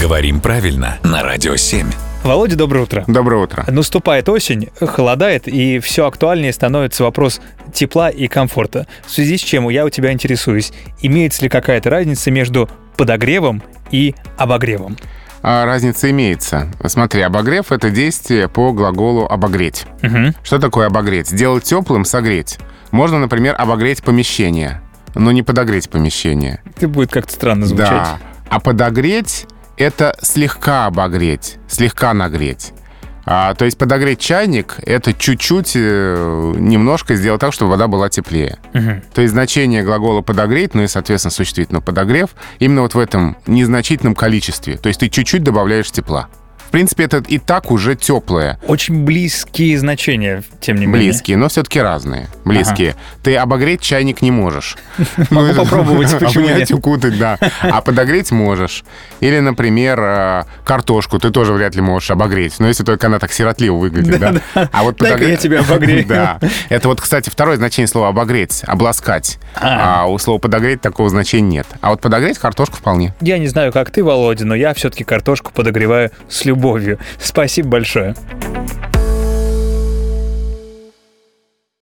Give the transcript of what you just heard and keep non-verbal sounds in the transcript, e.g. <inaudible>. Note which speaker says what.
Speaker 1: Говорим правильно на Радио 7.
Speaker 2: Володя, доброе утро.
Speaker 3: Доброе утро.
Speaker 2: Наступает осень, холодает, и все актуальнее становится вопрос тепла и комфорта. В связи с чем я у тебя интересуюсь, имеется ли какая-то разница между подогревом и обогревом?
Speaker 3: А, Разница имеется. Смотри, обогрев — это действие по глаголу «обогреть».
Speaker 2: Мгм.
Speaker 3: Что такое обогреть? Сделать теплым — согреть. Можно, например, обогреть помещение, но не подогреть помещение.
Speaker 2: Это будет как-то странно звучать.
Speaker 3: Да. А подогреть — это слегка обогреть, слегка нагреть. А, то есть подогреть чайник — это чуть-чуть, э, немножко сделать так, чтобы вода была теплее.
Speaker 2: Мгм.
Speaker 3: То есть значение глагола «подогреть», ну и, соответственно, существительного «подогрев», именно вот в этом незначительном количестве. То есть ты чуть-чуть добавляешь тепла. В принципе, это и так уже теплое.
Speaker 2: Очень близкие значения, тем не менее.
Speaker 3: Близкие, но все-таки разные. Близкие. Ты обогреть чайник
Speaker 2: <laughs>
Speaker 3: не можешь. Ну,
Speaker 2: Могу
Speaker 3: <laughs>
Speaker 2: попробовать, почему нет?
Speaker 3: обнять, укутать, да. А подогреть можешь. Или, например, э, картошку ты тоже вряд ли можешь обогреть. Но если только она так сиротливо
Speaker 2: <laughs>
Speaker 3: выглядит, да? А вот
Speaker 2: Дай-ка
Speaker 3: подогре-
Speaker 2: я тебя обогрею.
Speaker 3: <laughs> Да. Это вот, кстати, второе значение слова «обогреть», «обласкать».
Speaker 2: А.
Speaker 3: А у слова «подогреть» такого значения нет. А вот подогреть картошку вполне.
Speaker 2: Я не знаю, как ты, Володя, но я все-таки картошку подогреваю с любовью. Спасибо большое.